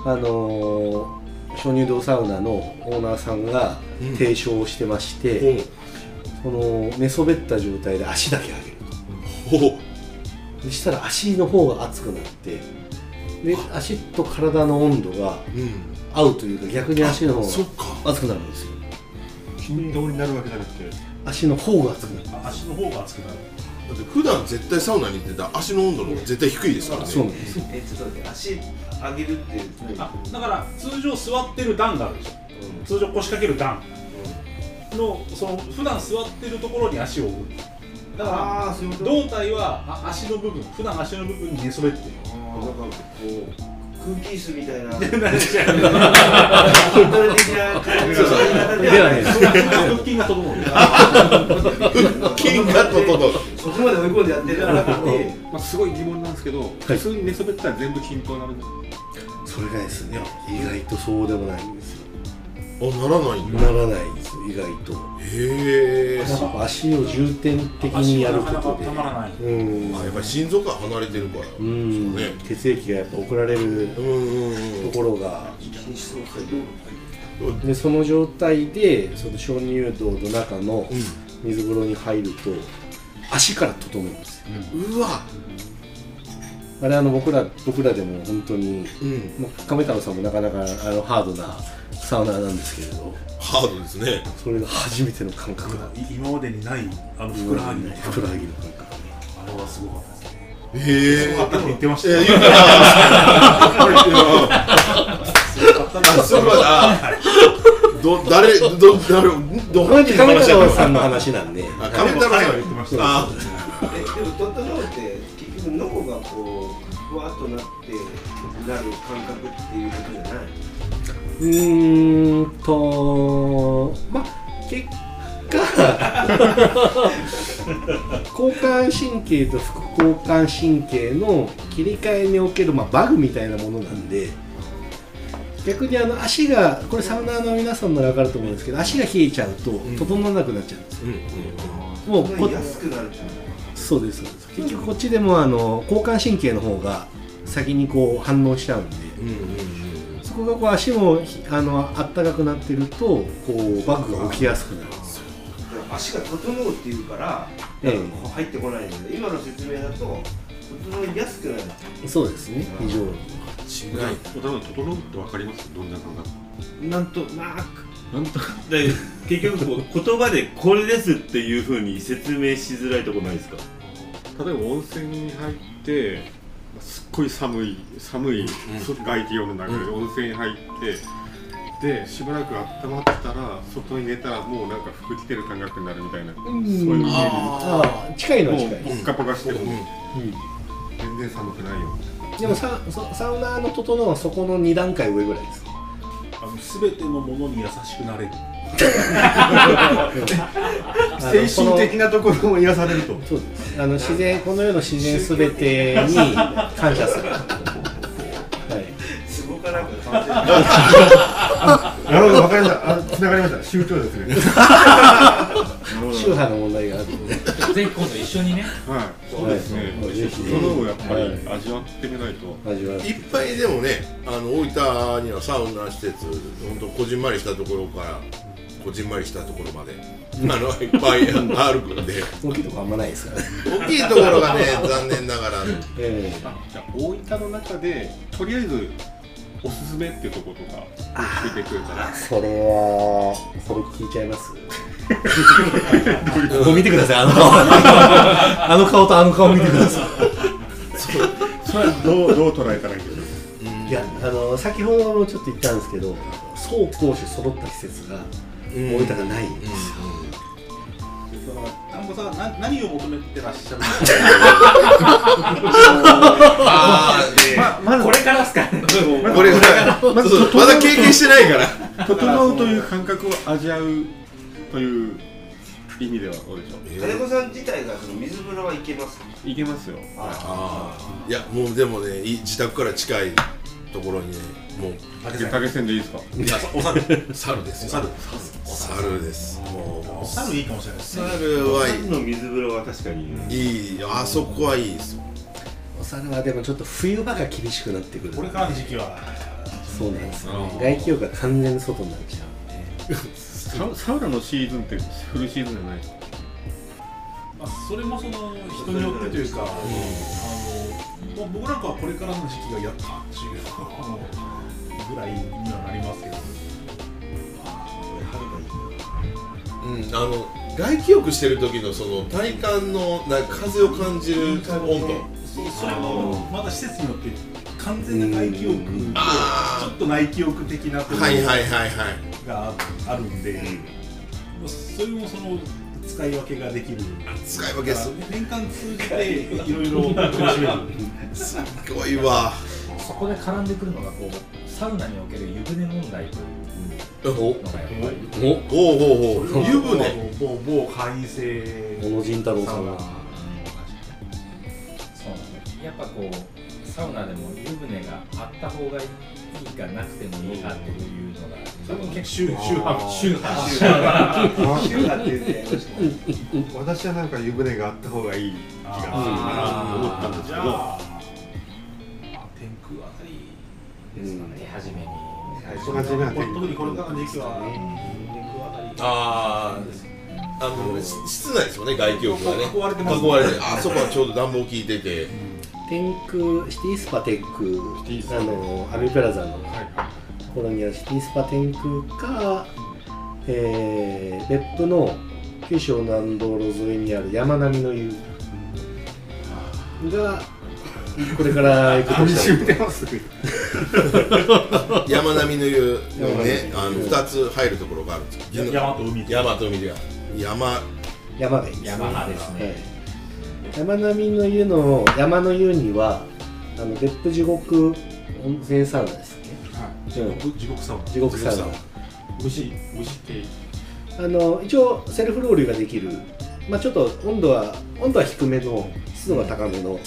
あのー鍾乳洞サウナのオーナーさんが
うん
提唱してまして、その寝そべった状態で足だけ上げる
ほう
そしたら足の方が熱くなってで足と体の温度が
うん
合うというか逆に足の方
そっ
が
か
熱くなるんですよ
筋トレになるわけじゃなくて
足の方が熱くなる
足の方が熱くなる
だって普段絶対サウナに行ってたら足の温度の方が絶対低いですからね
そうなんですよ
えちょっと待って足上げるって
あだから通常座ってる段があるでしょ、通常腰掛ける段のその普段座ってるところに足を置くだか
ああそういうこ
ら
と
胴体はあ足の部分普段足の部分に寝そべってる
なんかこう空気椅子みた いな筋
で
トレ的な感じのやり方
ではね
腹筋が整う
金が整う
そこまで追い込んでやってるんじゃなくて
まあ、すごい疑問なんですけど、普通に寝そべったら全部均等になるんです
それがですね意外とそうでもないんですよ
あならないんだ
ならないんですよ意外と
へえ
やっぱ足を重点的に
足
や
が
る
な
こ
かなか
とで
たまらない
うん
あやっぱり心臓から離れてるから
う
うんそうね
血液がやっぱ送られる
んうんうん
ところが
うん
でその状態でその鍾乳洞の中の水風呂に入ると足から整うんですよ
うわ
あれあの僕ら僕らでも本当に
うん
まあ亀太郎さんもなかなかあのハードなサウナーなんですけれど
ハードですね
それが初めての感覚だ
い今までにないあのふくらはぎの
ふくらはぎの感覚
あれはすごかったですね
へえ
すごかったって言ってました
え
よ
ー、言うたな。あ、そうかな。ど、誰、ど、ど、ど、ど、
これ
本
って
人の
亀
話
太
や
郎
った
さん
の。
の話なんで
あ、亀太郎さんが言ってました。あ、
えでも整うって結局脳がこうふわっとなってなる感覚っていうことじゃないう
ーんとまあ結 果交感神経と副交感神経の切り替えにおける、まあ、バグみたいなものなんで逆にあの足がこれサウナーの皆さんなら分かると思うんですけど足が冷えちゃうと整わなくなっちゃうんですよ、もう
す
こ
ごい安くなるじゃない
そうですそうです結局こっちでもあの交感神経の方が先にこう反応しちゃうんで、そこがこう足もひあのあったかくなってるとこうバッグが起きやすくなる
だから足が整うっていうから、
ええ
なんかこう入ってこないので今の説明だと整いやすくなる
そうですね非常に
お多分整うってわかりますどんな感覚
なんとなくで結局こう言葉でこれですっていうふうに説明しづらいとこないですか
例えば温泉に入ってすっごい寒い寒い外気温の中で温泉に入ってでしばらく温まったら外に出たらもうなんか服着てる感覚になるみたいなそういうイメー
ああ近い
ジ
のは
も
近いう
ポッカポカしても全然寒くないよ
でもサそサウナーの整うはそこの2段階上ぐらいです
あの全てのものに優しくなれる
精神的
なところも癒されると
そうですあの自然この世の自然すべてに感謝するはい
ツボかなんか感じる
なるほどわかりましたあ繋がりました宗教です ね
宗派の問題があるので
ぜひ今度一緒にね
はいそうですね
はいぜひ
整うをやっぱ
は
り
い
味わってみないと
味わう
いっぱいでもね、あの大分にはサウナ施設、本当こじんまりしたところから。こじんまりしたところまで、あのいっぱい歩くんで、
大きいとこあんまないですからね、
大きいところ がね、残念ながら。
ええ
あじゃあ大分の中でとりあえずおすすめってとことか聞いてくれたら
それはそれ聞いちゃいます ここ見てくださいあの 顔あの顔とあの顔見てくださ
それはどうどう捉えたらいいですか
いいやあの先ほどもちょっと言ったんですけど総攻守揃った施設が大分がないんですよ、
丹後さんな何を求めてらっしゃる
あ
これからですかね
あ、これぐらい、まだ経験してないから。
整うという感覚を味わうという意味ではどうでしょ
金子さん自体がその水風呂はいけますか
ういけますよ
ああいやもうでもねい自宅から近いところにねもう
湯陰線でいいですか
いやお猿猿ですよ猿ですもう
猿いいかもしれないですね
猿は
猿の水風呂は確かに
いいいあそこはいいですよ
お猿はでもちょっと冬場が厳しくなってくる
これからの時期は
そうなんですよね外気浴が完全に外になっちゃうんで
サウサウナのシーズンってフルシーズンじゃないですか
まあ、それもその人によってというか、あのまあ僕なんかはこれからの時期がやったっていうあのぐらいにはなりますけど、
うんあの外気浴してる時のその体感のなんか風を感じる温度
そそれもまた施設によって完全な外気浴とちょっと内気浴的なところ
はいはい
が
はいはい
ああるんで、まあそれもその使い分けができる。
使い分けす
年間通じていろいろ楽しめる。
すっごいわ
そこで絡んでくるのがこうサウナにおける湯船問題とい
おお
うのがやっぱり
おおお湯
あ
船
の某某会員制
小野仁太郎さんが
そうなんですねやっぱこうサウナでも湯船があった方がいいかなくてもいいかっていうのが多分結
週週半
周波
シューって言って
私はなんか湯船があった方がいい気がするなと思ったんですけ
じゃ
ど
あ天空あたりですかね
出始めに
初めは
これ特にこれからの時期は天空あ
あああのし室内ですもんね外気浴がね
囲われてます
囲われてあそこはちょうど暖房効いてて
天空シティスパ天
ティス
空
パ
あのアルプラザの
はいはい
コロニアシティスパ天空か、ええー別府の九州南道路沿いにある山並みの湯がこれから行くとしたら
見て ますね
山並みの湯のね、
山
あ
並みの
の
湯
二つ入るところがあるんですよ。
や山と海と
山と海が。山、
山がいいですね
山派ですね。
はい山並みの湯の山の湯にはあの別府地獄温泉サウナですね
地獄地獄サウナ
地獄サウ
地
ナ
獄
虫虫って
あの一応セルフロールができる、まあ、ちょっと温度は温度は低めの湿度が高めの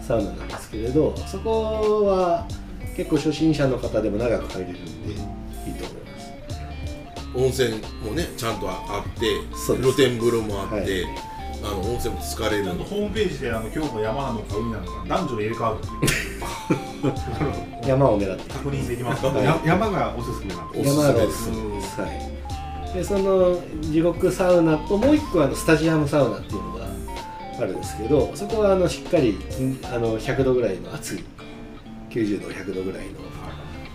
サウナなんですけれどそこは結構初心者の方でも長く入れるんでいいと思います
温泉もね、ちゃんとあって、
そうです
露天風呂もあって、あの温泉も疲れる
ちゃんと
の。
ホームページであの今日も山なのか海なのか男女で入れ替わるっていう
山を狙って
確認できますか
はい
や山がおすすめなんで
おす
山
す
が
め
お
ですす
す。めです、はい、でその地獄サウナともう一個あのスタジアムサウナっていうのがあるんですけどそこはあのしっかりんあの100度ぐらいの熱い90度100度ぐらいの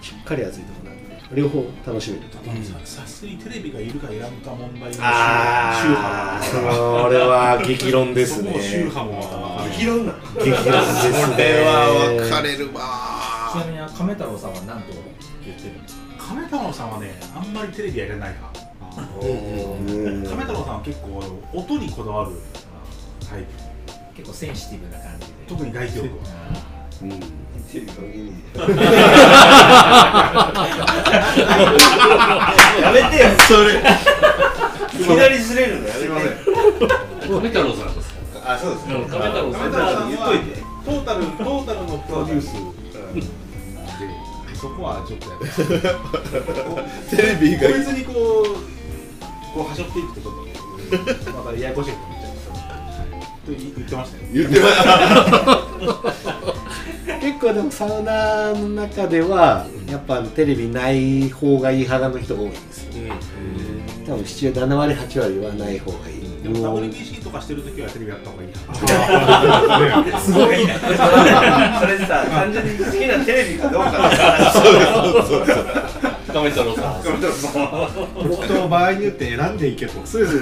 しっかり熱いところなんで両方楽しめると
ただささすがにテレビがいるかいらんか問題の宗
ああ
宗
そ
派
れは激論
だ
です
そ
ね
こも宗派もまた分かれる
議論なの
激論ですね
これは分かれるわ
ちなみに亀太郎さんは何と言ってるんですか
亀太郎さんはねあんまりテレビやれないか
うん
うん
亀太郎さんは結構あの音にこだわるタイプ
結構センシティブな感じで。
特に外気浴は
あ
うん
テレビ関係ねえやめてよそれいきなりずれるのやめて
亀太郎さんですか
あそうですね
亀太郎さん
亀太郎さん言っといて
トータルトータルのプロデュース
ーそこはちょっとやっぱ
テレビ
個
が
別にこうこうはしょっていくって ことまたややこしいことになっちゃいます
と言ってましたよ
言ってました。
結構でもサウナの中ではやっぱあのテレビない方がいい派の人が多いんですよ多分7割8割はない方がいい
でも WBC とかしてるときはテレビやった方がいいな
すごいな。
それさ単純に好きなテレビかどうかの話
亀太郎さんです
プロットを場合によって選んでいけと
そうです。で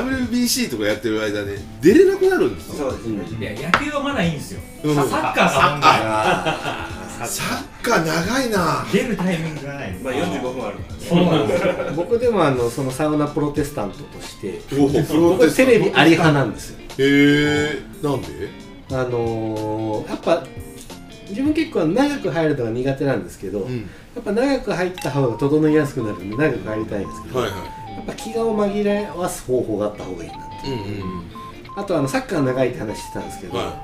も WBC とかやってる間ね、出れなくなるんですよ。
そうですね
いや、野球はまだいいんですよ。
うん
サッカーさんが
サッカー長いな。
出るタイミングがない。
まあ45分あるからね
そうなんですよ。
僕でもあのそのサウナプロテスタントとして
おプロ
僕
テス
テレビあり派なんですよ
ト。へえ。なんで？
あのーやっぱ自分結構長く入るのが苦手なんですけど、や
ん。
っぱ長く入った方が整いやすくなるんで長く入りたいんですけど、
はい
や
は
っぱ気がを紛らわす方法があった方がいいなって
い。うんうん
あとあのサッカー長いって話してたんですけ
うん。
ど、
はい。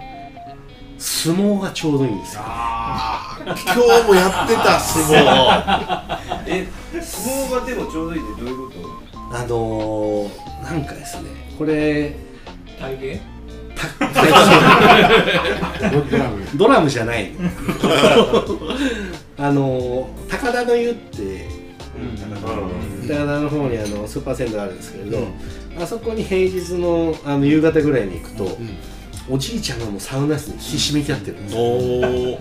相撲がちょうどいいんですよ
今日もやってた相撲。
え相撲がでもちょうどいいってどういうこ
あのー、なんかですねこれ
体型
ドラムじゃないのあのー高田の湯って高田の方にあのスーパー銭湯あるんですけれど、あそこに平日のあの夕方ぐらいに行くと、おじいちゃんがもうサウナ室にひしめき合ってるんですよ、
おお。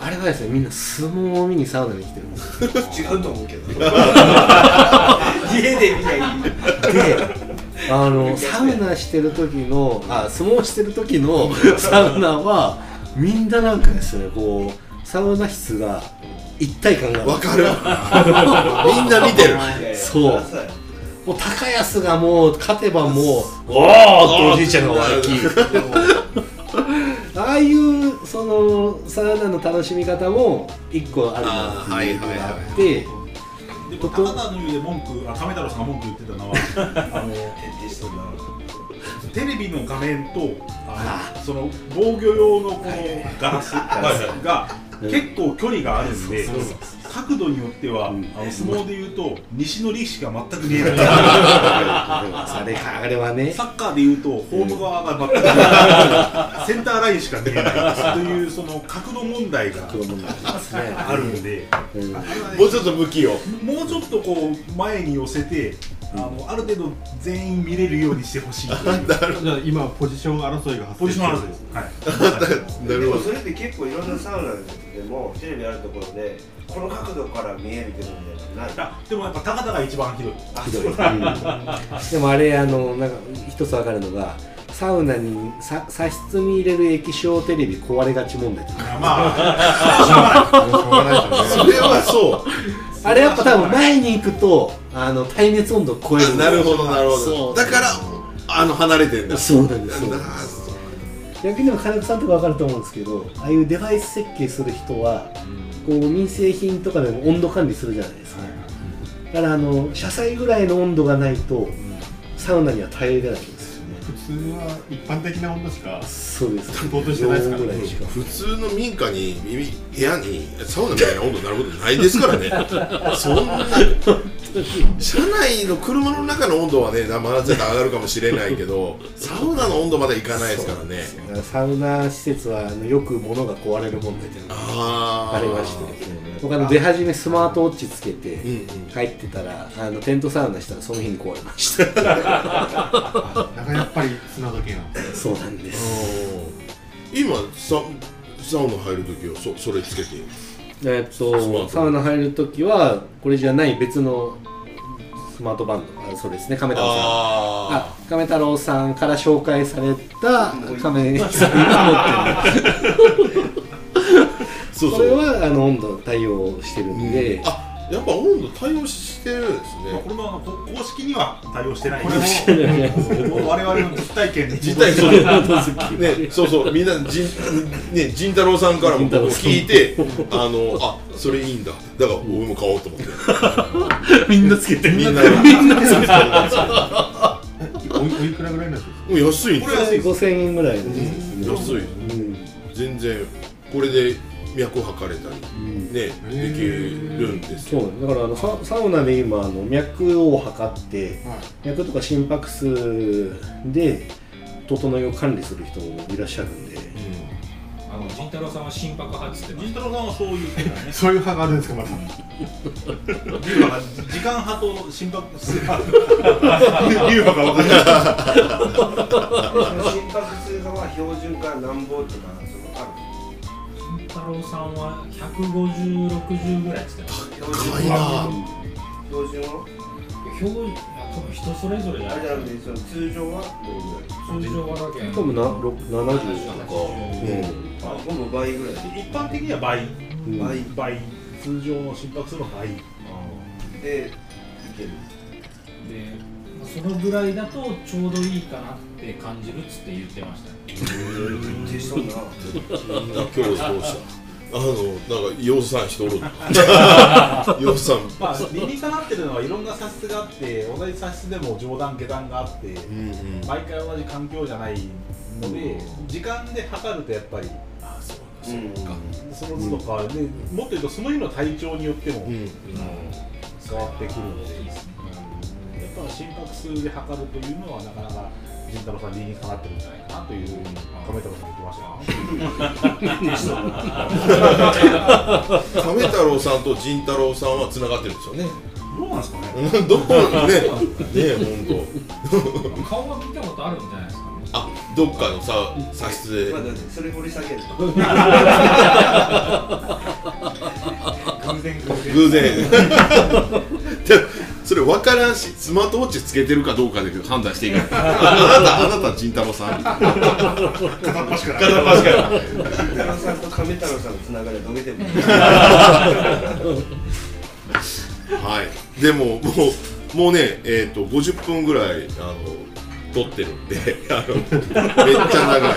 あれはですねみんな相撲を見にサウナに来てるんです よ
と違うと思うけど家で見りゃいい
であのサウナしてる時のあ相撲してる時のサウナはみんななんかですねこうサウナ室が一体感がある
わかる。みんな見てる。
いやいや
そう
そりゃさ
もう高安がもう勝てばもうおーっておじいちゃんが笑きああいうそのサウナの楽しみ方も一個あるなっていうのがあって
でも高田の湯で文句あ亀太郎さんが文句言ってた のはあのテレビの画面とあのその防御用のこのガラスが結構距離があるんで角度によっては、あの相撲でいうと西の力士が全く見えない
あれあれはね
サッカーでいうとホーム側が全く見え ないセンターラインしか見えないというその角度問題が
黒物なんですね
あるんで。
うん
もうちょっと向きを。
もうちょっとこう前に寄せてあのある程度全員見れるようにしてほしい という
じゃあ今ポジション争いが発生
ポジションあるん
ん
で
ですす。
はい
な
で
る
も
ほ
それって結構いろんなサウナでもテレビあるところでこの角度から見えるけどみたいなのない
あでもやっぱ高田が一番ひどい
ひどい、でもあれあのなんか一つ分かるのがサウナにさ差し室に入れる液晶テレビ壊れがち問題っていう
まあ
どそれはそ
あれやっぱ多分前に行くとあの耐熱温度を超える
う なるほどなるほ
そ
ど
う
だからあの離れてんだ
そうなんですそう
な
なん
る
です逆にでも金子さんとか分かると思うんですけどああいうデバイス設計する人は、こう民生品とかでも温度管理するじゃないですか、だからあの車載ぐらいの温度がないと、サウナには耐えれないんですよね
普通は一般的な温度しか
そうです
サポートしてないですから
常温ぐらいしか
普通の民家に耳部屋にサウナみたいな温度になることないですからねそんな車内の車の中の温度はねまだ絶対上がるかもしれないけどサウナの温度までいかないですからね
だからサウナ施設はあのよく物が壊れる問題っていうのが
ああ
ありまして僕あの出始めスマートウォッチつけて
うんうん
入ってたらあのテントサウナしたらその日に壊れまし
だからやっぱり砂時計なんです
たそうなんです
今ササウナ入る時はそそれつけていい
えっ
マート
とサウナ入るときはこれじゃない別のスマートバンドあそうですね亀太郎さん
あ
あ亀太郎さんから紹介された亀さんが持ってる
あそう
これ
そう
はあの温度対応してるんで、
あやっぱ温度対応してるんです
まあこ
ね
れもあのこ公式には対応してないこれ
してない
も我々の実体験に
実体そうね、そうそう、みんな、じん、ね、仁太郎さんからも、僕も聞いて、あの、あ、それいいんだ。だから、俺も買おうと思って。
みんなつけて
みんな、
おいおいくらぐらいなんですか
もう安いんですよ。
5000円ぐらいの
安い。全然、これで脈測れたり、ね、できるんです
そ
よ。
うだからあのササウナで今あの脈を測って、脈とか心拍数で整いを管理する人もいらっしゃるんで、
あの仁太郎さんは心拍派っつってま
仁
す
太郎さんはそういう人だね
そういう派があるんですかまた
龍馬が時間派と心拍数派
流派が分かんない
心拍数派は標準かなんぼとかそのある
仁太郎さんは15060ぐらいっつってます
標
高
準
いな
は
ぁ。
標準は
標準いや多分人それぞれじゃ
あれ
ない
じゃなくてその通常はど
通常はだけ
多分なろ70とか、
れぐらいあほぼ倍ぐらい
一般的には倍
うん
倍
倍通常の心拍数の倍
でいける
でまあそのぐらいだとちょうどいいかなって感じるっつって言ってましたね
消しそうな
今日どうした。あの、なんか、洋さん人おる。 洋さん。
まあ理にかなってるのはいろんな差質があって同じ差質でも上段下段があって
うんうん。
毎回同じ環境じゃないので、時間で測るとやっぱり
うん
その都度変わる、でもっと言うとその日の体調によっても、
うん。
変わってくるので、やっぱ心拍数で測るというのはなかなか仁太郎さん理にかなってるんじゃないかなというふうに亀太郎さん言ってましたよ
亀太郎さんと仁太郎さんは繋がってるんですよね。
どうなんですかね
うんどうね、 ね、本
顔は見たことあるんじゃないですかね
当。あ、どっかのさ、差しで
まあ。だってそれ掘り下げる
偶然偶然
偶然。 でもそれ分からんし、スマートウォッチつけてるかどうかで判断していかない。あなた、あなた、仁太郎さん。片っ端から。片っ端から。
金太郎さんと亀太郎さんのつながりはどけてる
はい。でも、もう、もうね、えっ、と、50分ぐらい、あの。撮ってるんで、 あの、めっちゃ長い。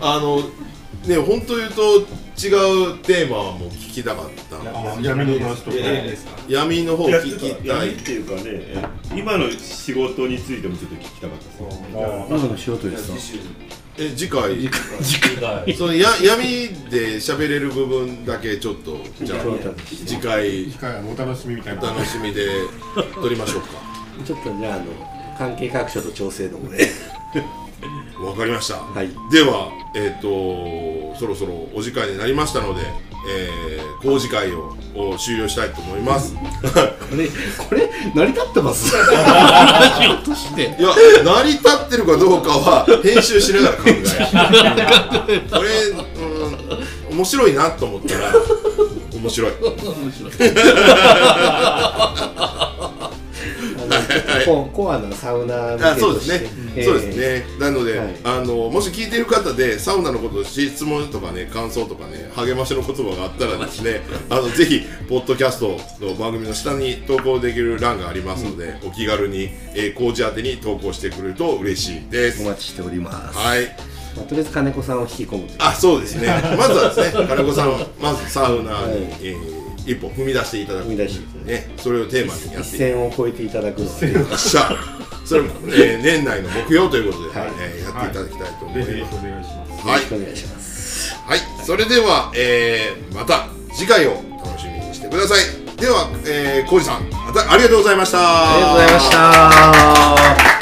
あの、ね、本当言うと、違うテーマはもう聞きたかったんで。
闇の話とか
いやいやいや
闇の方
いや
聞き
や
た
る
い
っ。ていうかねえ今の仕事についてもちょっと聞きたかったですね
今の仕事ですか
え次回
次回
そのや闇で喋れる部分だけちょっとじゃあ次回
次回はお楽しみみたい
お
な
楽しみで撮りましょうか。
ちょっとじゃああの関係各所と調整の方で
わかりました。
はい
ではえっ、とそろそろお時間になりましたのでえー工事会をを終了したいと 思います。
これこれ成り立ってます話をとして
いや、成り立ってるかどうかは編集しながら考える。 これ、うん、面白いなと思ったら、面白い。
面白い
ココアなサウナ向け
あそうで
とし
す
て
ね、
えー
そうですね、なので、
はい
あのもし聞いてる方で、サウナのこと、質問とかね、感想とかね、励ましの言葉があったらです ね、あのぜひ、ポッドキャストの番組の下に投稿できる欄がありますので、お気軽に、えー、工事宛てに投稿してくれると嬉しいで
お
す。
待ちしております、
はい
まあ、とりあえず金子さんを引き込むという
あそうですね、まずはですね、 金子さん、まずサウナに、えー一歩踏み出していただく、
踏み出していただく
ね、それをテーマにやっていた
一
だく
線を越えていただくのは
よっしゃ、それも、えー年内の目標ということで、
はい
えーやっていただきたいと思い
ぜ
ます。
ひお願いします。
はい、
お願いします
はい、それでは、えーまた次回を楽しみにしてください。では、えー、コウジさん、またありがとうございました。あ
ありがとうございました